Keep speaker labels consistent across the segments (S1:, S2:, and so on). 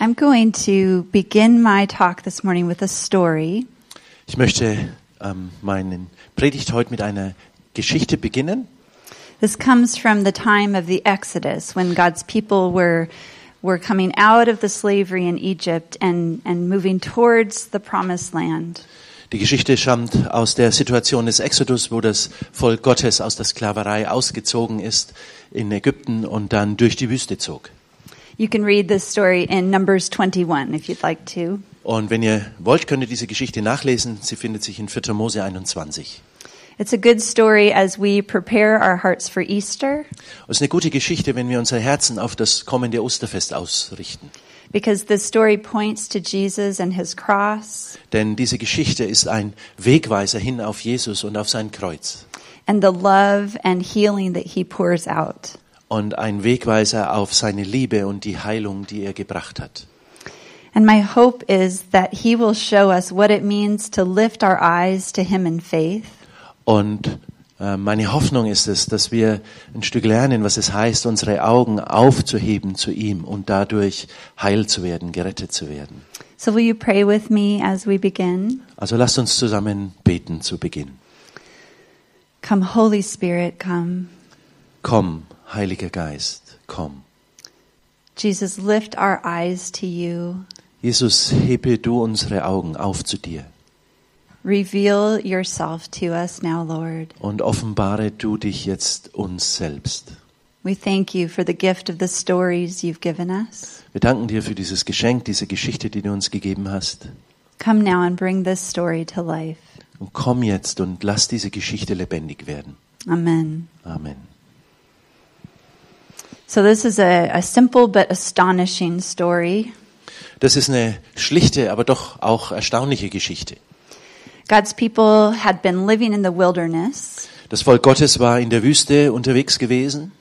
S1: I'm going to begin my talk this morning with a story.
S2: Ich möchte ähm, meinen Predigt heute mit einer Geschichte beginnen.
S1: This comes from the time of the Exodus when God's people were were coming out of the slavery in Egypt and and moving towards the promised land.
S2: Die Geschichte stammt aus der Situation des Exodus, wo das Volk Gottes aus der Sklaverei ausgezogen ist in Ägypten und dann durch die Wüste zog.
S1: You can read this story in Numbers 21 if you'd like to.
S2: Und wenn ihr wollt, könnt ihr diese Geschichte nachlesen. Sie findet sich in 4. Mose 21.
S1: It's a good story as we prepare our hearts for Easter
S2: Und es ist eine gute Geschichte, wenn wir unser Herzen auf das kommende Osterfest ausrichten.
S1: because this story points to Jesus and his cross
S2: Denn diese Geschichte ist ein Wegweiser hin auf Jesus und auf sein Kreuz.
S1: and the love and healing that he pours out.
S2: Und ein Wegweiser auf seine Liebe und die Heilung, die er gebracht hat.
S1: And my hope is that He will show us what it means to lift our eyes to Him in faith
S2: Und äh, meine Hoffnung ist es, dass wir ein Stück lernen, was es heißt, unsere Augen aufzuheben zu ihm und dadurch heil zu werden, gerettet zu werden.
S1: So, will you pray with me as we begin?
S2: Also lasst uns zusammen beten zu Beginn.
S1: Come, Holy Spirit, come.
S2: Komm, Heiliger Geist, komm.
S1: Jesus, lift our eyes to you.
S2: Jesus, hebe du unsere Augen auf zu dir
S1: Reveal yourself to us now, Lord.
S2: und offenbare du dich jetzt uns selbst.
S1: We thank you for the gift of the stories you've given us.
S2: Wir danken dir für dieses Geschenk, diese Geschichte, die du uns gegeben hast.
S1: Come now and bring this story to life.
S2: Und komm jetzt und lass diese Geschichte lebendig werden.
S1: Amen.
S2: Amen.
S1: So, this is a, a simple but astonishing story.
S2: Das ist eine schlichte, aber doch auch erstaunliche Geschichte.
S1: God's people had been living in the wilderness.
S2: Das Volk Gottes war in der Wüste unterwegs gewesen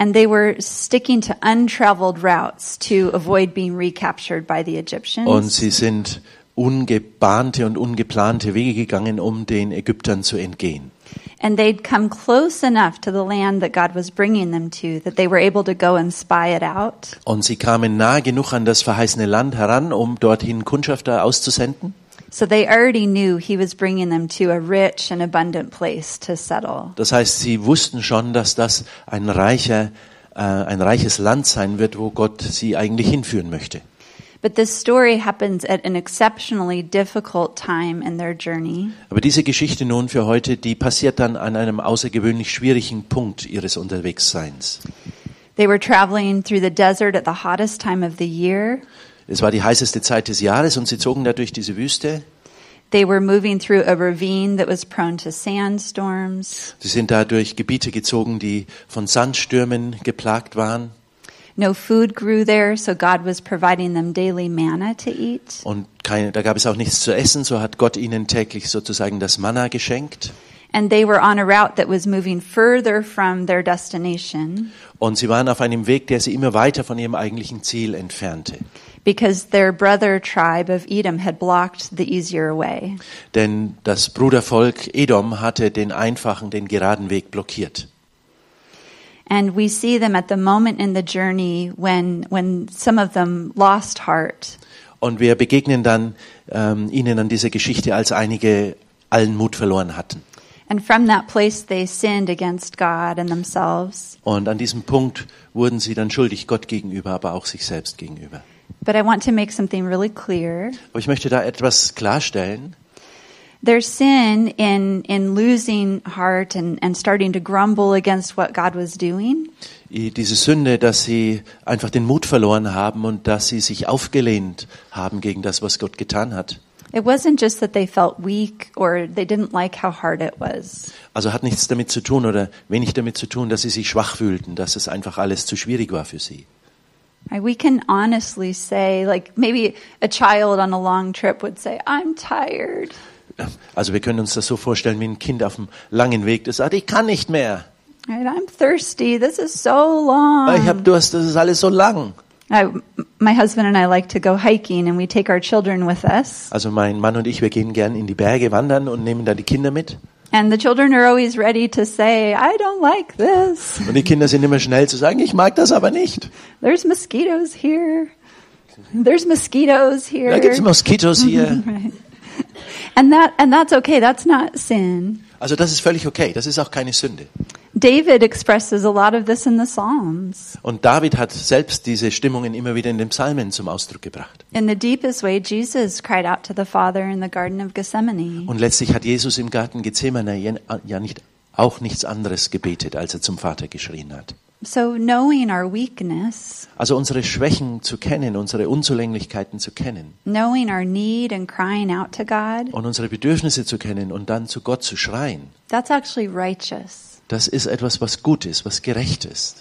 S1: And they were sticking to untraveled routes to avoid being recaptured by the Egyptians.
S2: und sie sind ungebahnte und ungeplante Wege gegangen, um den Ägyptern zu entgehen.
S1: and they'd come close enough to the land that God was bringing them to that they were able to go and spy it out.
S2: Und sie kamen nah genug an das verheißene Land heran, um dorthin Kundschafter auszusenden.
S1: So they already knew He was bringing them to a rich and abundant place to settle.
S2: Das heißt, sie wussten schon, dass das ein, reicher, äh, ein reiches Land sein wird, wo Gott sie eigentlich hinführen möchte.
S1: But this story happens at an exceptionally difficult time in their journey.
S2: Aber diese Geschichte nun für heute, die passiert dann an einem außergewöhnlich schwierigen Punkt ihres Unterwegsseins.
S1: They were traveling through the desert at the hottest time of the year.
S2: Es war die heißeste Zeit des Jahres und sie zogen da durch diese Wüste.
S1: They were moving through a ravine that was prone to sandstorms.
S2: Sie sind da durch Gebiete gezogen, die von Sandstürmen geplagt waren.
S1: No food grew there, so God was providing them daily manna to eat.
S2: Und keine, da gab es auch nichts zu essen, so hat Gott ihnen täglich sozusagen das Manna geschenkt.
S1: And they were on a route that was moving further from their destination
S2: Und sie waren auf einem Weg, der sie immer weiter von ihrem eigentlichen Ziel entfernte.
S1: because their brother tribe of Edom had blocked the easier way.
S2: Denn das Brudervolk Edom hatte den einfachen, den geraden Weg blockiert.
S1: And we see them at the moment in the journey when, when some of them lost heart.
S2: Und wir begegnen dann ähm, ihnen an dieser Geschichte, als einige allen Mut verloren hatten.
S1: And from that place, they sinned against God and themselves.
S2: Und an diesem Punkt wurden sie dann schuldig Gott gegenüber, aber auch sich selbst gegenüber.
S1: But I want to make something really clear.
S2: Aber ich möchte da etwas klarstellen.
S1: their sin in in losing heart and, and starting to grumble against what God was doing
S2: I- Diese Sünde, dass sie einfach den Mut verloren haben und dass sie sich aufgelehnt haben gegen das, was Gott getan hat.
S1: it wasn't just that they felt weak or they didn't like how hard it was
S2: Also hat nichts damit zu tun oder wenig damit zu tun, dass sie sich schwach fühlten, dass es einfach alles zu schwierig war für sie.
S1: Right? we can honestly say like maybe a child on a long trip would say i'm tired
S2: Also wir können uns das so vorstellen wie ein Kind auf einem langen Weg, das sagt, ich kann nicht mehr.
S1: right i'm thirsty this is so long
S2: Ah, Ich habe Durst, das ist alles so lang.
S1: I, my husband and i like to go hiking and we take our children with us
S2: Also mein Mann und ich, wir gehen gern in die Berge wandern und nehmen da die Kinder mit.
S1: and the children are always ready to say i don't like this
S2: Und die Kinder sind immer schnell zu sagen, ich mag das aber nicht.
S1: there's mosquitoes here There's mosquitoes here.
S2: Da gibt es Moskitos hier.
S1: Right. And that and that's okay. That's not sin.
S2: Also das ist völlig okay, das ist auch keine Sünde.
S1: David expresses a lot of this in the Psalms.
S2: Und David hat selbst diese Stimmungen immer wieder in den Psalmen zum Ausdruck gebracht.
S1: In the deepest way, Jesus cried out to the Father in the Garden of Gethsemane.
S2: Und letztlich hat Jesus im Garten Gethsemane jen- ja nicht, auch nichts anderes gebetet, als er zum Vater geschrien hat.
S1: So knowing our weakness,
S2: Also unsere Schwächen zu kennen, unsere Unzulänglichkeiten zu kennen
S1: knowing our need and crying out to God,
S2: und unsere Bedürfnisse zu kennen und dann zu Gott zu schreien,
S1: that's actually righteous.
S2: das ist etwas, was gut ist, was gerecht ist.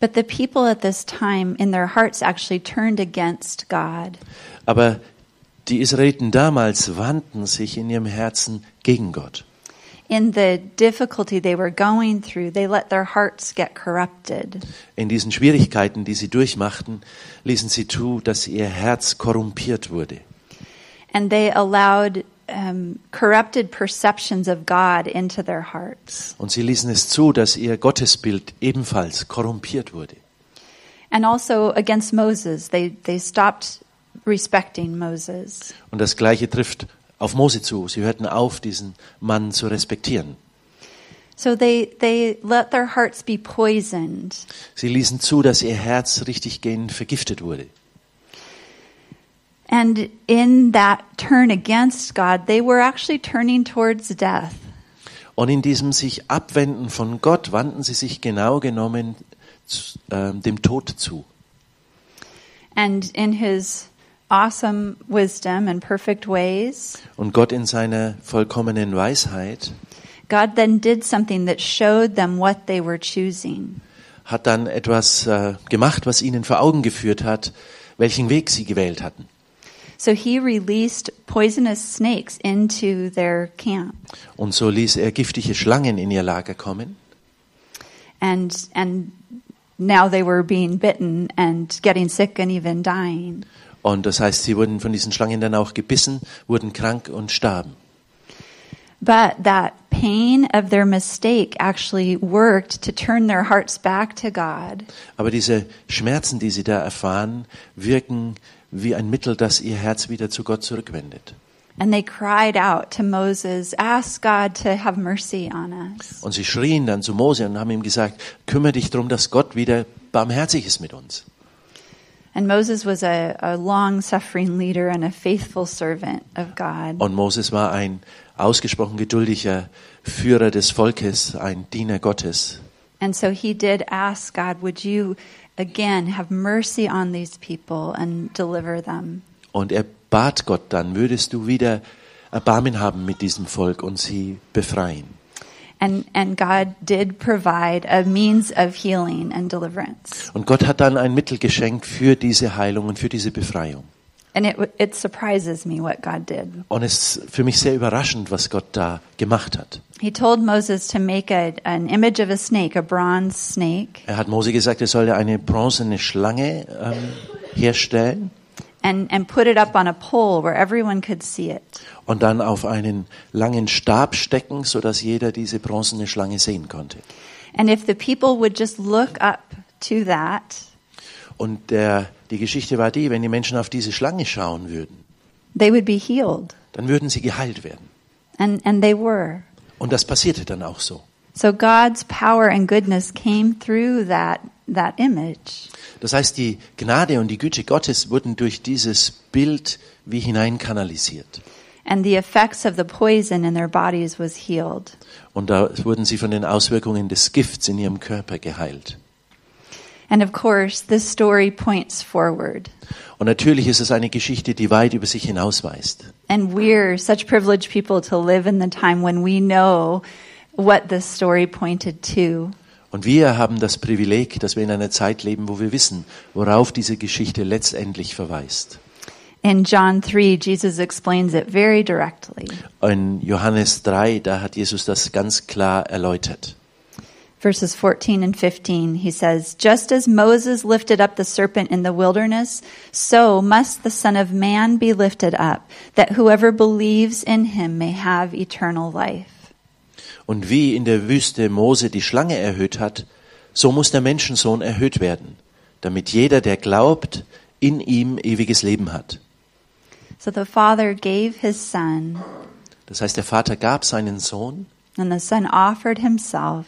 S1: But the people at this time in their hearts actually turned against God.
S2: Aber die Israeliten damals wandten sich in ihrem Herzen gegen Gott.
S1: In the difficulty they were going through, they let their hearts get corrupted.
S2: In diesen Schwierigkeiten, die sie durchmachten, ließen sie zu, dass ihr Herz korrumpiert wurde.
S1: and they allowed um, corrupted perceptions of God into their hearts.
S2: Und sie ließen es zu, dass ihr Gottesbild ebenfalls korrumpiert wurde.
S1: And also against Moses, they, they stopped respecting Moses.
S2: Und das Gleiche trifft auf Mose zu. Sie hörten auf, diesen Mann zu respektieren.
S1: So they, they let their hearts be poisoned.
S2: Sie ließen zu, dass ihr Herz richtig gehend vergiftet wurde.
S1: And in that turn against God, they were actually turning towards death.
S2: Und in diesem sich Abwenden von Gott wandten sie sich genau genommen zu, ähm, dem Tod zu.
S1: And in his awesome wisdom and perfect ways,
S2: Und Gott in seiner vollkommenen Weisheit
S1: God then did something that showed them what they were choosing.
S2: hat dann etwas äh, gemacht, was ihnen vor Augen geführt hat, welchen Weg sie gewählt hatten.
S1: So he released poisonous snakes into their camp
S2: Und so ließ er giftige Schlangen in ihr Lager kommen.
S1: and and now they were being bitten and getting sick and even dying.
S2: Und das heißt, sie wurden von diesen Schlangen dann auch gebissen, wurden krank und starben.
S1: But that pain of their mistake actually worked to turn their hearts back to God.
S2: Aber diese Schmerzen, die sie da erfahren, wirken wie ein Mittel, das ihr Herz wieder zu Gott zurückwendet.
S1: And they cried out to Moses, ask God to have mercy on us.
S2: Und sie schrien dann zu Mose und haben ihm gesagt, kümmere dich darum, dass Gott wieder barmherzig ist mit uns.
S1: And Moses was a, a long suffering leader and a faithful servant of God.
S2: Und Moses war ein ausgesprochen geduldiger Führer des Volkes, ein Diener Gottes.
S1: And so he did ask God, Would you again have mercy on these people and deliver them?
S2: Und er bat Gott dann, würdest du wieder Erbarmen haben mit diesem Volk und sie befreien.
S1: And, and God did provide a means of healing and deliverance.
S2: Und Gott hat dann ein Mittel geschenkt für diese Heilung und für diese Befreiung.
S1: And it, w- it surprises me what God did.
S2: Und es ist für mich sehr überraschend, was Gott da gemacht hat.
S1: He told Moses to make a, an image of a snake, a bronze snake,
S2: Er hat Mose gesagt, er solle eine bronzene Schlange ähm, herstellen
S1: and, and put it up on a pole where everyone could see it.
S2: und dann auf einen langen Stab stecken, sodass jeder diese bronzene Schlange sehen konnte.
S1: And if the people would just look up to that,
S2: Und der, die Geschichte war die, wenn die Menschen auf diese Schlange schauen würden,
S1: they would be healed.
S2: dann würden sie geheilt werden.
S1: And, and they were.
S2: Und das passierte dann auch so.
S1: So God's power and goodness came through that that image.
S2: Das heißt, die Gnade und die Güte Gottes wurden durch dieses Bild wie hineinkanalisiert.
S1: And the effects of the poison in their bodies was healed.
S2: Und da wurden sie von den Auswirkungen des Gifts in ihrem Körper geheilt.
S1: And of course, this story points forward.
S2: Und natürlich ist es eine Geschichte, die weit über sich hinausweist.
S1: And we're such privileged people to live in the time when we know what this story pointed to.
S2: Und wir haben das Privileg, dass wir in einer Zeit leben, wo wir wissen, worauf diese Geschichte letztendlich verweist.
S1: In John 3, Jesus explains it very directly.
S2: In Johannes 3, da hat Jesus das ganz klar erläutert.
S1: Verses 14 and 15, he says, Just as Moses lifted up the serpent in the wilderness, so must the Son of Man be lifted up, that whoever believes in him may have eternal life.
S2: Und wie in der Wüste Mose die Schlange erhöht hat, so muss der Menschensohn erhöht werden, damit jeder, der glaubt, in ihm ewiges Leben hat.
S1: So the Father gave his Son,
S2: Das heißt, der Vater gab seinen Sohn
S1: and the Son offered himself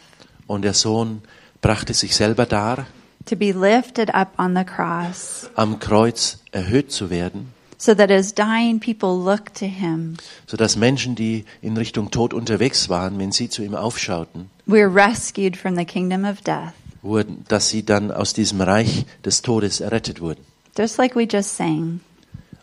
S2: und der Sohn brachte sich selber dar,
S1: to be lifted up on the cross,
S2: am Kreuz erhöht zu werden,
S1: so that as dying people look to him,
S2: sodass Menschen, die in Richtung Tod unterwegs waren, wenn sie zu ihm aufschauten,
S1: we're rescued from the kingdom of death.
S2: wurden, dass sie dann aus diesem Reich des Todes errettet wurden.
S1: Just like we just sang.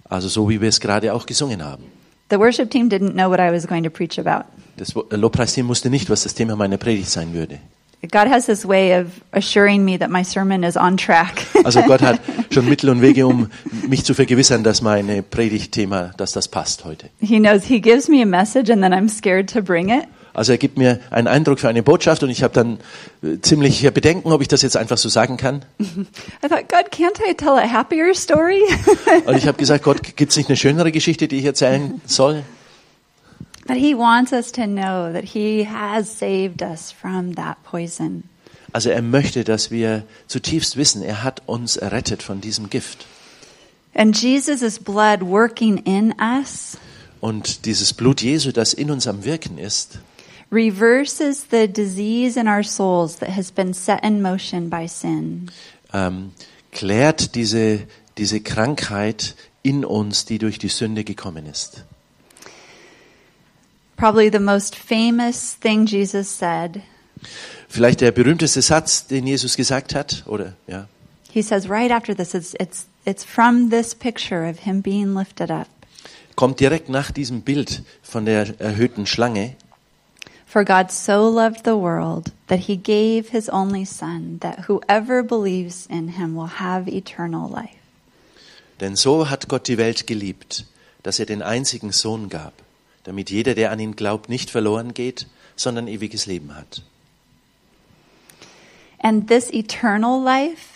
S2: Also so wie wir es gerade auch gesungen haben.
S1: The worship team didn't know what I was going to preach about.
S2: Das Wo- Lobpreisteam wusste nicht, was das Thema meiner Predigt sein würde.
S1: God has this way of assuring me that my sermon is on track.
S2: Also Gott hat schon Mittel und Wege, um mich zu vergewissern, dass meine Predigtthema, dass das passt heute.
S1: he knows he gives me a message and then I'm scared to bring it.
S2: Also er gibt mir einen Eindruck für eine Botschaft und ich habe dann äh, ziemlich Bedenken, ob ich das jetzt einfach so sagen kann.
S1: I thought, God, can't I tell a happier story?
S2: Und Also ich habe gesagt, Gott, gibt es nicht eine schönere Geschichte, die ich erzählen soll?
S1: but he wants us to know that he has saved us from that poison.
S2: Also er möchte, dass wir zutiefst wissen, er hat uns errettet von diesem Gift.
S1: And Jesus' blood working in us
S2: Und dieses Blut Jesu, das in uns am Wirken ist,
S1: reverses the disease in our souls that has been set in motion by sin.
S2: ähm, klärt diese, diese Krankheit in uns, die durch die Sünde gekommen ist.
S1: Probably the most famous thing Jesus said.
S2: Vielleicht der berühmteste Satz, den Jesus gesagt hat, oder ja,
S1: He says right after this, it's, it's, it's from this picture of him being lifted up.
S2: kommt direkt nach diesem Bild von der erhöhten Schlange.
S1: For God so loved the world that he gave his only Son, that whoever believes in him will have eternal life.
S2: Denn so hat Gott die Welt geliebt, dass er den einzigen Sohn gab, damit jeder, der an ihn glaubt, nicht verloren geht, sondern ewiges Leben hat.
S1: And this eternal life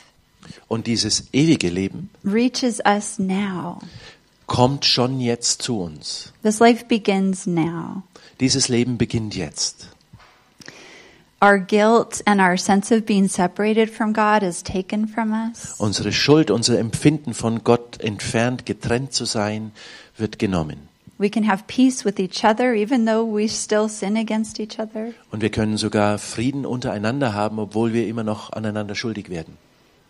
S2: Und dieses ewige Leben
S1: reaches us now.
S2: kommt schon jetzt zu uns.
S1: This life begins now.
S2: Dieses Leben beginnt jetzt.
S1: Our guilt and our sense of being separated from God is taken from us.
S2: Unsere Schuld, unser Empfinden von Gott entfernt, getrennt zu sein, wird genommen.
S1: We can have peace with each other, even though we still sin against each other.
S2: Und wir können sogar Frieden untereinander haben, obwohl wir immer noch aneinander schuldig werden.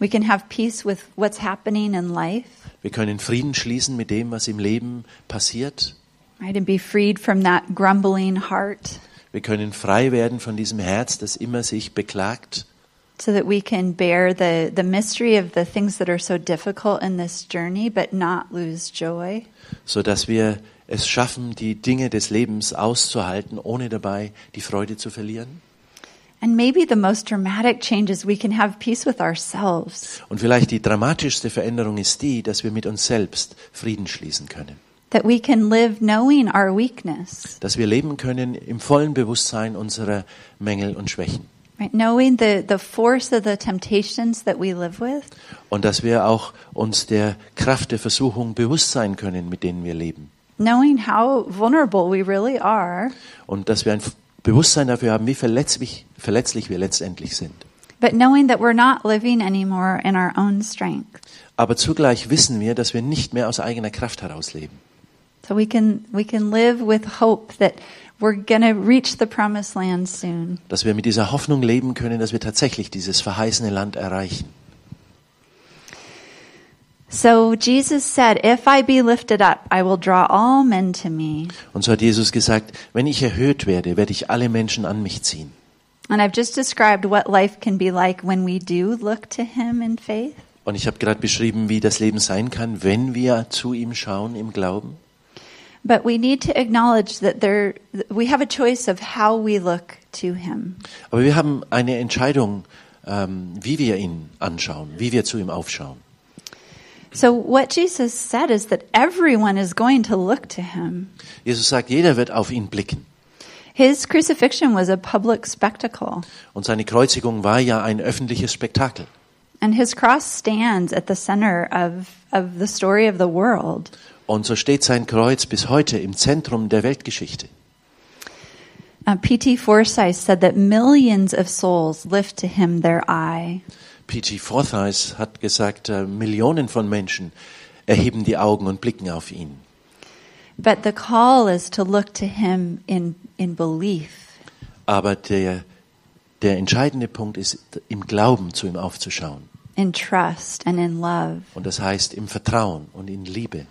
S1: We can have peace with what's happening in life,
S2: Wir können Frieden schließen mit dem, was im Leben passiert.
S1: right? And be freed from that grumbling heart.
S2: Wir können frei werden von diesem Herz, das immer sich beklagt,
S1: so that we can bear the, the mystery of the things that are so difficult in this journey, but not lose joy.
S2: so dass wir es schaffen, die Dinge des Lebens auszuhalten, ohne dabei die Freude zu verlieren.
S1: And maybe the most dramatic change is we can have peace with ourselves,
S2: Und vielleicht die dramatischste Veränderung ist die, dass wir mit uns selbst Frieden schließen können.
S1: that we can live knowing our weakness,
S2: Dass wir leben können im vollen Bewusstsein unserer Mängel und Schwächen.
S1: right? Knowing the, the force of the temptations that we live with,
S2: Und dass wir auch uns der Kraft der Versuchung bewusst sein können, mit denen wir leben.
S1: knowing how vulnerable we really are,
S2: Und dass wir ein F- Bewusstsein dafür haben, wie verletzlich, verletzlich wir letztendlich sind.
S1: but knowing that we're not living anymore in our own strength.
S2: Aber zugleich wissen wir, dass wir nicht mehr aus eigener Kraft heraus leben.
S1: So we can, we can live with hope that we're going to reach the promised land soon.
S2: Dass wir mit dieser Hoffnung leben können, dass wir tatsächlich dieses verheißene Land erreichen.
S1: So Jesus said, If I be lifted up, I will draw all men to me.
S2: Und so hat Jesus gesagt, wenn ich erhöht werde, werde ich alle Menschen an mich ziehen.
S1: And I've just described what life can be like when we do look to him in faith.
S2: Und ich habe gerade beschrieben, wie das Leben sein kann, wenn wir zu ihm schauen im Glauben.
S1: But we need to acknowledge that there, we have a choice of how we look to him.
S2: Aber wir haben eine Entscheidung, ähm, wie wir ihn anschauen, wie wir zu ihm aufschauen.
S1: So what Jesus said is that everyone is going to look to him.
S2: Jesus sagt, jeder wird auf ihn blicken.
S1: His crucifixion was a public spectacle,
S2: Und seine Kreuzigung war ja ein öffentliches Spektakel.
S1: and his cross stands at the center of, of the story of the world.
S2: Und so steht sein Kreuz bis heute im Zentrum der Weltgeschichte.
S1: Uh, P.T. Forsyth said that millions of souls lift to him their eye.
S2: P.G. Forsyth hat gesagt, äh, Millionen von Menschen erheben die Augen und blicken auf ihn.
S1: But the call is to look to him in, in belief.
S2: Aber der, der entscheidende Punkt ist, im Glauben zu ihm aufzuschauen.
S1: in trust and in love.
S2: Und das heißt im Vertrauen und in Liebe.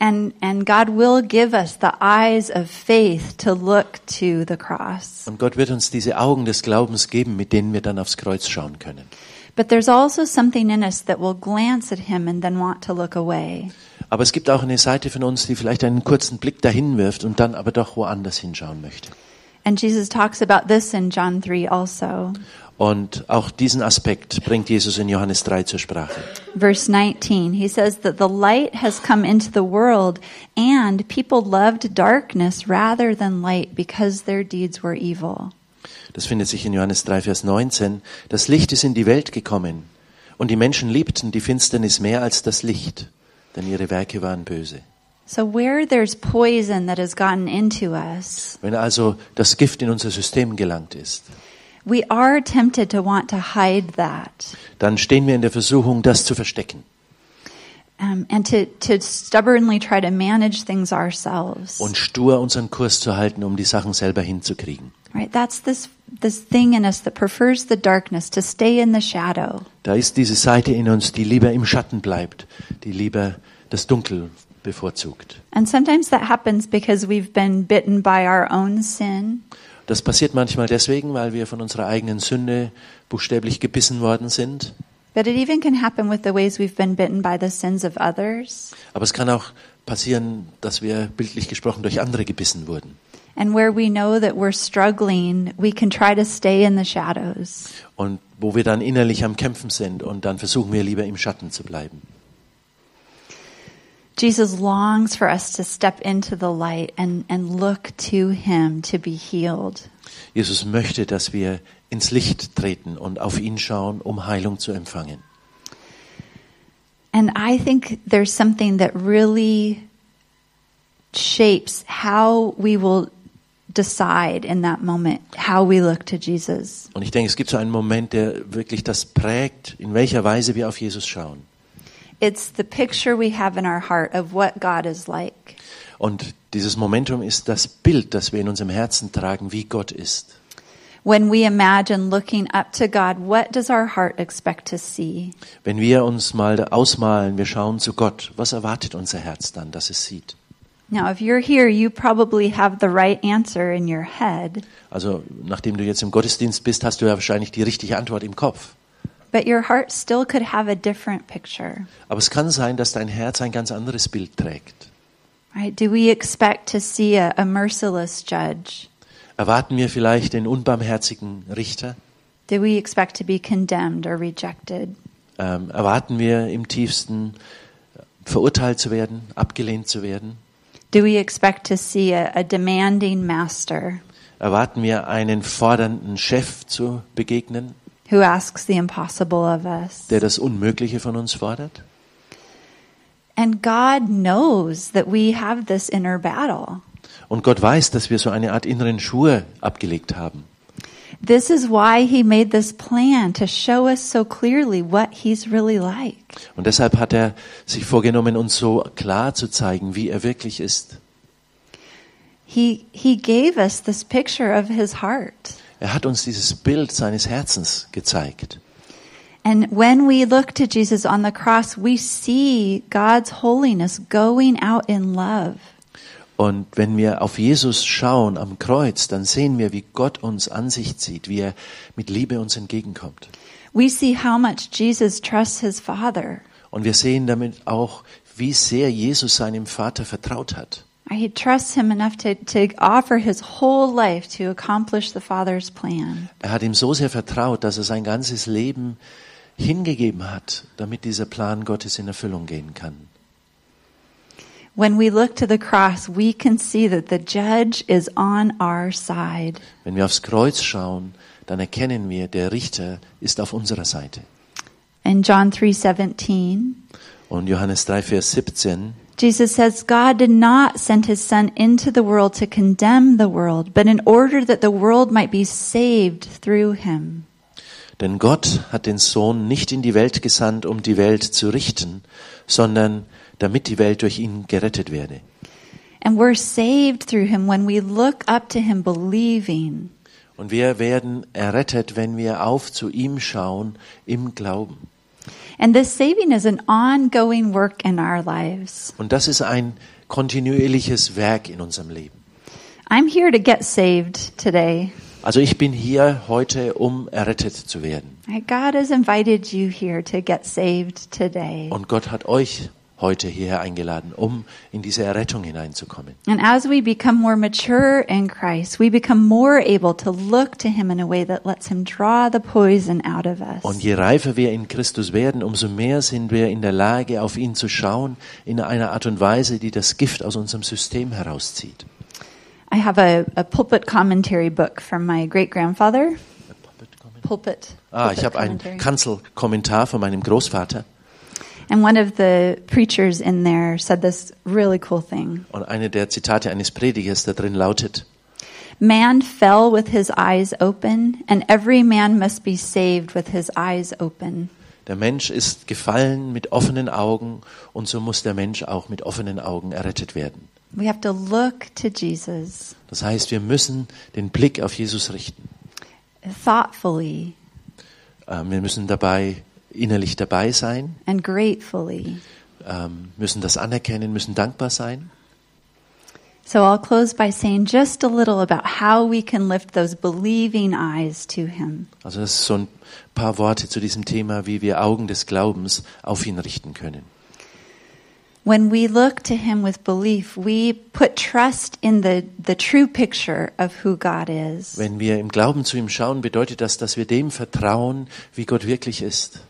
S1: And, and God will give us the eyes of faith to look to the cross.
S2: Und Gott wird uns diese Augen des Glaubens geben, mit denen wir dann aufs Kreuz schauen können.
S1: But there's also something in us that will glance at Him and then want to look away.
S2: Aber es gibt auch eine Seite von uns, die vielleicht einen kurzen Blick dahin wirft und dann aber doch woanders hinschauen möchte.
S1: And Jesus talks about this in John 3 also.
S2: Und auch diesen Aspekt bringt Jesus in Johannes 3 zur Sprache.
S1: Verse 19, he says that the light has come into the world and people loved darkness rather than light because their deeds were evil.
S2: Das findet sich in Johannes 3, Vers 19. Das Licht ist in die Welt gekommen und die Menschen liebten die Finsternis mehr als das Licht, denn ihre Werke waren böse.
S1: So where there's poison that has gotten into us,
S2: Wenn also das Gift in unser System gelangt ist,
S1: We are tempted to want to hide that
S2: dann stehen wir in der Versuchung, das zu verstecken
S1: um, and to, to stubbornly try to manage things ourselves.
S2: und stur unseren Kurs zu halten, um die Sachen selber hinzukriegen.
S1: Right? That's this, this thing in us that prefers the darkness, to stay in the shadow.
S2: Da ist diese Seite in uns, die lieber im Schatten bleibt, die lieber das Dunkel bevorzugt.
S1: And sometimes that happens because we've been bitten by our own sin.
S2: Das passiert manchmal deswegen, weil wir von unserer eigenen Sünde buchstäblich gebissen worden sind.
S1: But it even can happen with the ways we've been bitten by the sins of others
S2: Aber es kann auch passieren, dass wir bildlich gesprochen durch andere gebissen wurden.
S1: and where we know that we're struggling, we can try to stay in the shadows.
S2: Und wo wir dann innerlich am Kämpfen sind und dann versuchen wir lieber im Schatten zu bleiben.
S1: Jesus longs for us to step into the light and, and look to him to be healed.
S2: Jesus möchte, dass wir ins Licht treten und auf ihn schauen, um Heilung zu empfangen.
S1: And I think there's something that really shapes how we will decide in that moment how we look to Jesus.
S2: Und ich denke, es gibt so einen Moment, der wirklich das prägt, in welcher Weise wir auf Jesus schauen.
S1: It's the picture we have in our heart of what God is like.
S2: Und dieses Momentum ist das Bild, das wir in unserem Herzen tragen, wie Gott ist.
S1: When we imagine looking up to God, what does our heart expect to see?
S2: Wenn wir uns mal ausmalen, wir schauen zu Gott, was erwartet unser Herz dann, dass es sieht?
S1: Now, if you're here, you probably have the right answer in your head,
S2: Also, nachdem du jetzt im Gottesdienst bist, hast du ja wahrscheinlich die richtige Antwort im Kopf.
S1: but your heart still could have a different picture.
S2: Aber es kann sein, dass dein Herz ein ganz anderes Bild trägt.
S1: Right? Do we expect to see a, a merciless judge?
S2: Erwarten wir vielleicht den unbarmherzigen Richter?
S1: Do we expect to be condemned or rejected?
S2: Ähm, erwarten wir im tiefsten äh, verurteilt zu werden, abgelehnt zu werden?
S1: Do we expect to see a, a demanding master
S2: Erwarten wir einen fordernden Chef zu begegnen,
S1: who asks the impossible of us?
S2: der das Unmögliche von uns fordert?
S1: And God knows that we have this inner battle.
S2: Und Gott weiß, dass wir so eine Art inneren Schuhe abgelegt haben.
S1: This is why He made this plan to show us so clearly what He's really like.
S2: Und deshalb hat er sich vorgenommen, uns so klar zu zeigen, wie er wirklich ist.
S1: He, he gave us this picture of His heart.
S2: Er hat uns dieses Bild seines Herzens gezeigt.
S1: And when we look to Jesus on the cross, we see God's holiness going out in love.
S2: Und wenn wir auf Jesus schauen am Kreuz, dann sehen wir, wie Gott uns an sich zieht, wie er mit Liebe uns entgegenkommt.
S1: We see how much Jesus trusts his Father.
S2: Und wir sehen damit auch, wie sehr Jesus seinem Vater vertraut hat.
S1: He trusts him enough to, to offer his whole life to accomplish the Father's plan.
S2: Er hat ihm so sehr vertraut, dass er sein ganzes Leben hingegeben hat, damit dieser Plan Gottes in Erfüllung gehen kann.
S1: When we look to the cross, we can see that the judge is on our side.
S2: Wenn wir aufs Kreuz schauen, dann erkennen wir, der Richter ist auf unserer Seite.
S1: In John 3:17,
S2: Und Johannes 3, Vers 17
S1: Jesus says, God did not send his son into the world to condemn the world, but in order that the world might be saved through him.
S2: Denn Gott hat den Sohn nicht in die Welt gesandt, um die Welt zu richten, sondern damit die Welt durch ihn gerettet werde.
S1: And we're saved through him when we look up to him believing.
S2: Und wir werden errettet, wenn wir auf zu ihm schauen im Glauben.
S1: And this saving is an ongoing work in our lives.
S2: Und das ist ein kontinuierliches Werk in unserem Leben.
S1: I'm here to get saved today.
S2: Also ich bin hier heute, um errettet zu werden.
S1: God has invited you here to get saved today.
S2: Und Gott hat euch heute hierher eingeladen, um in diese Errettung hineinzukommen.
S1: And as we become more mature in Christ, we become more able to look to him in a way that lets him draw the poison out of us.
S2: Und je reifer wir in Christus werden, umso mehr sind wir in der Lage, auf ihn zu schauen, in einer Art und Weise, die das Gift aus unserem System herauszieht.
S1: I have a, a pulpit commentary book from my great grandfather. Pulpit.
S2: Ah,
S1: pulpit
S2: ich habe einen
S1: commentary.
S2: Kanzelkommentar von meinem Großvater.
S1: And one of the preachers in there said this really cool thing
S2: Und eine der Zitate eines Predigers da drin lautet,
S1: Man fell with his eyes open, and every man must be saved with his eyes open.
S2: der Mensch ist gefallen mit offenen Augen und so muss der Mensch auch mit offenen Augen errettet werden.
S1: We have to look to Jesus
S2: Das heißt, wir müssen den Blick auf Jesus richten.
S1: thoughtfully
S2: Ähm, Wir müssen dabei innerlich dabei sein,
S1: and gratefully.
S2: ähm, müssen das anerkennen, müssen dankbar sein.
S1: So I'll close by saying just a little about how we can lift those believing eyes to Him.
S2: Also das ist so ein paar Worte zu diesem Thema, wie wir Augen des Glaubens auf ihn richten können.
S1: When we look to Him with belief, we put trust in the, the true picture of who God is.
S2: Wenn wir im Glauben zu ihm schauen, bedeutet das, dass wir dem vertrauen, wie Gott wirklich ist.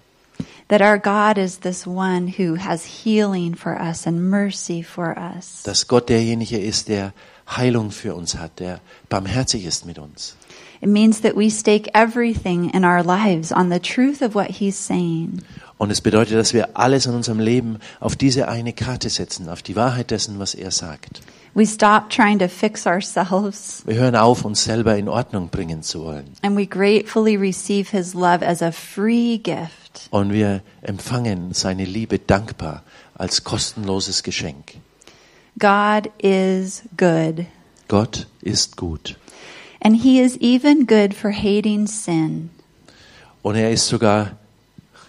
S1: That our God is this one who has healing for us and mercy for us.
S2: Dass Gott derjenige ist, der Heilung für uns hat, der barmherzig ist mit uns.
S1: It means that we stake everything in our lives on the truth of what He's saying.
S2: Und es bedeutet, dass wir alles in unserem Leben auf diese eine Karte setzen, auf die Wahrheit dessen, was er sagt.
S1: We stop trying to fix ourselves
S2: Wir hören auf, uns selber in Ordnung bringen zu wollen.
S1: and we gratefully receive His love as a free gift.
S2: Und wir empfangen seine Liebe dankbar als kostenloses Geschenk.
S1: God is good,
S2: Gott ist gut.
S1: and He is even good for hating sin.
S2: Und er ist sogar,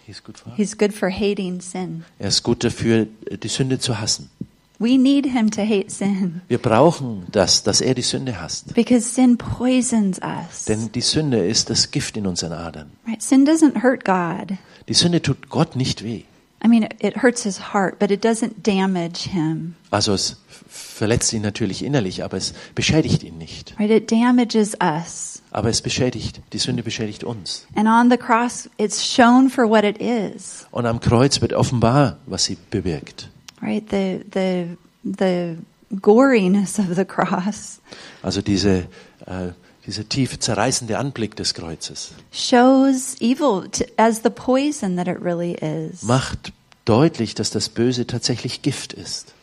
S2: er ist gut,
S1: He's good for hating sin.
S2: er ist gut dafür, die Sünde zu hassen.
S1: We need Him to hate sin
S2: Wir brauchen das, dass er die Sünde hasst.
S1: because sin poisons us.
S2: Denn die Sünde ist das Gift in unseren Adern.
S1: Right? Sin doesn't hurt God.
S2: Die Sünde tut Gott nicht weh.
S1: I mean, it, it hurts his heart, but it doesn't damage him.
S2: Also es verletzt ihn natürlich innerlich, aber es beschädigt ihn nicht.
S1: Right? It damages us.
S2: Aber es beschädigt, die Sünde beschädigt uns.
S1: And on the cross, it's shown for what it is.
S2: Und am Kreuz wird offenbar, was sie bewirkt.
S1: Right? The the the goriness of the cross
S2: Also diese, äh, dieser tief zerreißende Anblick des Kreuzes
S1: shows evil to, as the poison that it really is.
S2: macht deutlich, dass das Böse tatsächlich Gift ist.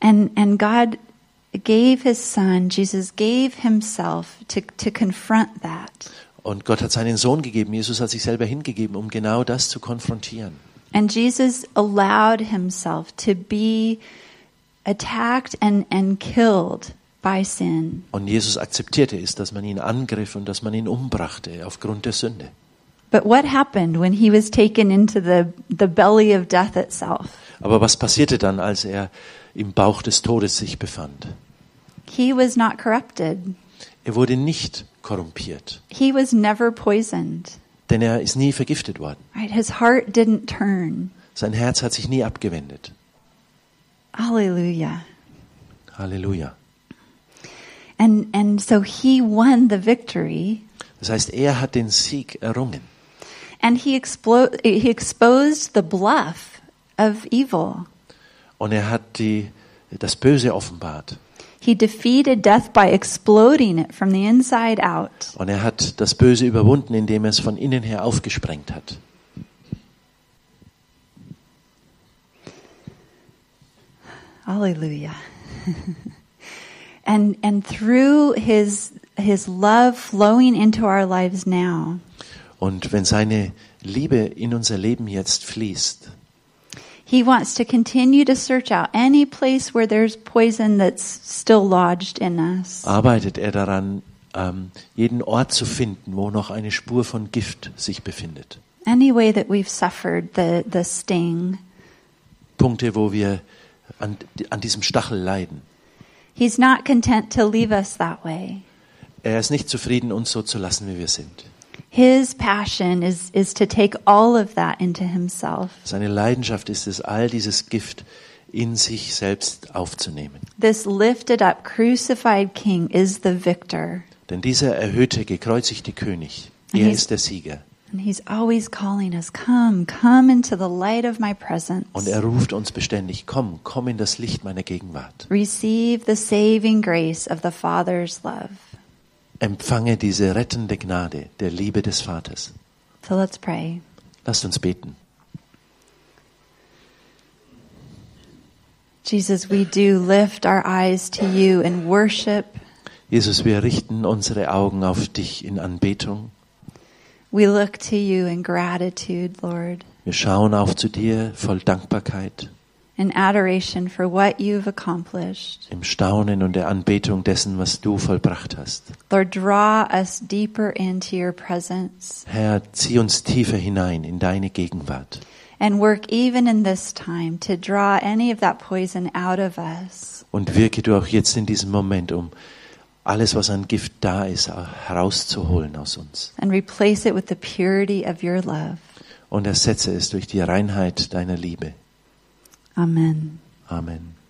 S1: And and God gave his son, Jesus gave himself to to confront that.
S2: Und Gott hat seinen Sohn gegeben, Jesus hat sich selber hingegeben, um genau das zu konfrontieren.
S1: And Jesus allowed himself to be attacked and, and killed by sin.
S2: Und Jesus akzeptierte es, dass man ihn angriff und dass man ihn umbrachte aufgrund der Sünde.
S1: But what happened when he was taken into the, the belly of death itself?
S2: Aber was passierte dann, als er im Bauch des Todes sich befand?
S1: He was not corrupted,
S2: Er wurde nicht korrumpiert,
S1: he was never poisoned.
S2: denn er ist nie vergiftet worden.
S1: Right? His heart didn't turn.
S2: Sein Herz hat sich nie abgewendet.
S1: Hallelujah.
S2: Halleluja.
S1: And, and so he won the victory
S2: Das heißt, er hat den Sieg errungen.
S1: and he, explo- he exposed the bluff of evil.
S2: Und er hat die, das Böse offenbart.
S1: He defeated death by exploding it from the inside out.
S2: Und er hat das Böse überwunden, indem er es von innen her aufgesprengt hat.
S1: Hallelujah. and and through his his love flowing into our lives now,
S2: Und wenn seine Liebe in unser Leben jetzt fließt,
S1: He wants to continue to search out any place where there's poison that's still lodged in us.
S2: arbeitet er daran, ähm, jeden Ort zu finden, wo noch eine Spur von Gift sich befindet.
S1: Any way that we've suffered the, the sting.
S2: Punkte, wo wir an, an diesem Stachel leiden.
S1: He's not content to leave us that way.
S2: Er ist nicht zufrieden, uns so zu lassen, wie wir sind.
S1: His passion is, is to take all of that into himself.
S2: Seine Leidenschaft ist es, all dieses Gift in sich selbst aufzunehmen.
S1: This lifted up, crucified king is the victor,
S2: Denn dieser erhöhte, gekreuzigte König, er
S1: Mhm.
S2: ist der Sieger.
S1: and he's always calling us, Come, come into the light of my presence.
S2: Und er ruft uns beständig, komm, komm in das Licht meiner Gegenwart.
S1: Receive the saving grace of the Father's love.
S2: Empfange diese rettende Gnade der Liebe des Vaters.
S1: So let's pray.
S2: Lasst uns beten.
S1: Jesus, we do lift our eyes to you in worship.
S2: Jesus, wir richten unsere Augen auf dich in Anbetung.
S1: We look to you in gratitude, Lord,
S2: Wir schauen auf zu dir voll Dankbarkeit,
S1: in adoration for what you've accomplished.
S2: im Staunen und der Anbetung dessen, was du vollbracht hast.
S1: Lord, draw us deeper into your presence
S2: Herr, zieh uns tiefer hinein in deine Gegenwart
S1: and work even in this time to draw any of that poison out of us.
S2: und wirke du auch jetzt in diesem Moment, um alles, was an Gift da ist, herauszuholen aus uns.
S1: And replace it with the purity of your love.
S2: Und ersetze es durch die Reinheit deiner Liebe.
S1: Amen.
S2: Amen.